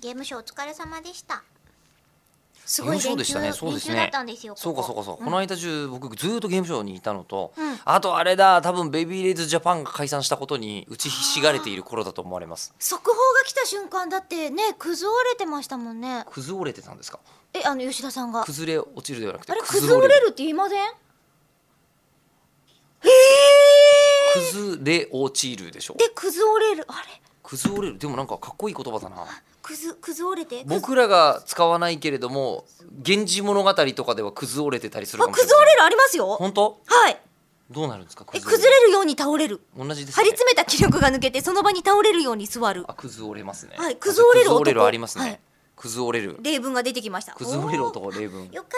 刑務所お疲れ様でしたすすごい所連でしたね。休そうです連休だねったんですよ。そうかそうかそう。こんの間中僕ずーっとゲームショウにいたのと、うんあとあれだ多分ベイビーレイズジャパンが解散したことに打ちひしがれている頃だと思われます。速報が来た瞬間だってね崩れてましたもんね崩れてたんですか。えあの吉田さんが崩れ落ちるではなくてあれ崩れるるって言いません崩れ落ちるでしょ。で崩れるあれ崩れるでもなんかかっこいい言葉だな。崩崩れて僕らが使わないけれども源氏物語とかでは崩れてたりするあかもしれない。崩れるありますよ本当？はいどうなるんですか。え崩れるように倒れる同じです張りね。詰めた気力が抜けてその場に倒れるように座るあ崩れますね。はい崩れる男崩れるありますね。はい崩れる。例文が出てきました崩れる男例文。おーねよかっ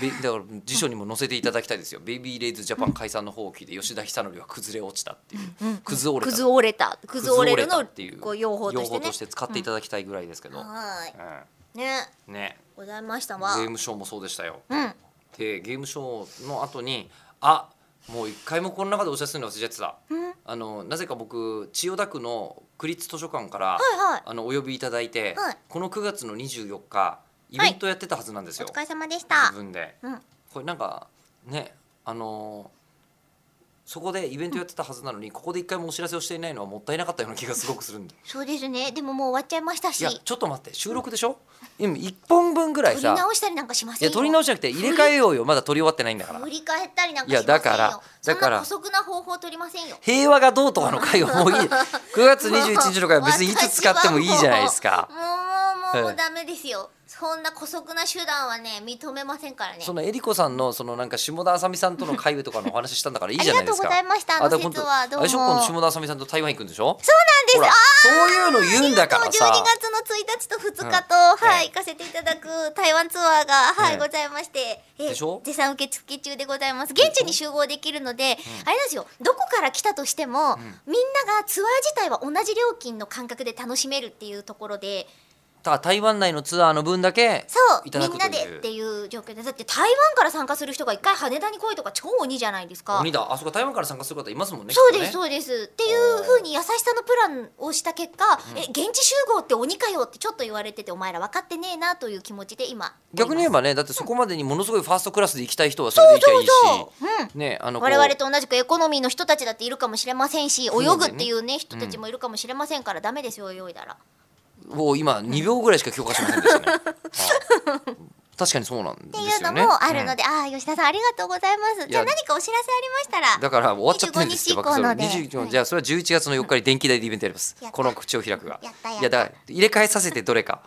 べだから辞書にも載せていただきたいですよ。ベイビーレイズジャパン解散の放棄で吉田久典は崩れ落ちたっていう。た、うん崩れた。崩れた崩れる崩のれたっていうこう用法として用ね使っていただきたいぐらいですけど。はーういねん、ね。ございましたゲわームショーもそうでしたよ。うんでゲームショーの後にあもう一回もこの中でお知らせするの忘れちゃってた。うんはいあのなぜか僕千代田区の区立図書館から。はいあのお呼びいただいて、はいこの9月の24日イベントやってたはずなんですおよ、疲れ様でし自た分でうんこれなんかねあのーそこでイベントやってたはずなのに、ここで一回もお知らせをしていないのはもったいなかったような気がすごくするんでそうですねでももう終わっちゃいましたいしやちょっと待って収録でしょ、今1本分ぐらい取りさ直したりなんかしまいせんやよ取り直しじゃなくて入れ替えようよまだ取り終わってないんだから振り返ったりなんかしまいせやんよだからだからそんな姑息な方法取りませんよ平和がどうとかの会はも ういい9月21日の会は別にいつ使ってもいいじゃないですかもうもうもうはいダメですよそんな姑息な手段はね認めませんからねそのえりこさんのそのなんか下田あさみさんとの会話とかのお話ししたんだからいいじゃないですか。ありがとうございましたあのあだから今度説はどうもあれでしょ今度下田あさみさんと台湾行くんでしょ。そうなんですほらそういうの言うんだから12さ。月の1日と2日と、うんはい、ええ行かせていただく台湾ツアーが、はい、ええございまして、ええでしょ絶賛受付中でございます。現地に集合できるので、あれなんですよ、どこから来たとしても、みんながツアー自体は同じ料金の感覚で楽しめるっていうところで、た台湾内のツアーの分だけそういただくみんとないう。でっていう状況でだって台湾から参加する人が一回羽田に来いとか超鬼じゃないですか鬼だあそこ台湾から参加する方いますもんね。そうですきっとねそうですっていうふうに優しさのプランをした結果、え現地集合って鬼かよってちょっと言われててお前ら分かってねえなという気持ちで今逆に言えばばねだってそこまでにものすごいファーストクラスで行きたい人はそれで行きゃいいし。そうそう、うんねあのこう我々と同じくエコノミーの人たちだっているかもしれませんし泳船でねぐっていうね人たちもいるかもしれませんから、ダメですよ泳いだらもう今2秒ぐらいしか強化しません でしたね。はい確かにそうなんでっていすうよのね。もあるうんので、ああ吉田さんありがとうございますじゃあいや何かお知らせありましたらだから終わっちゃってるんですって25日以降のでバカそれはい20じゃあそれは11月の4日に電気代でイベントやります、やったこの口を開くがやったやったいやだから入れ替えさせてどれか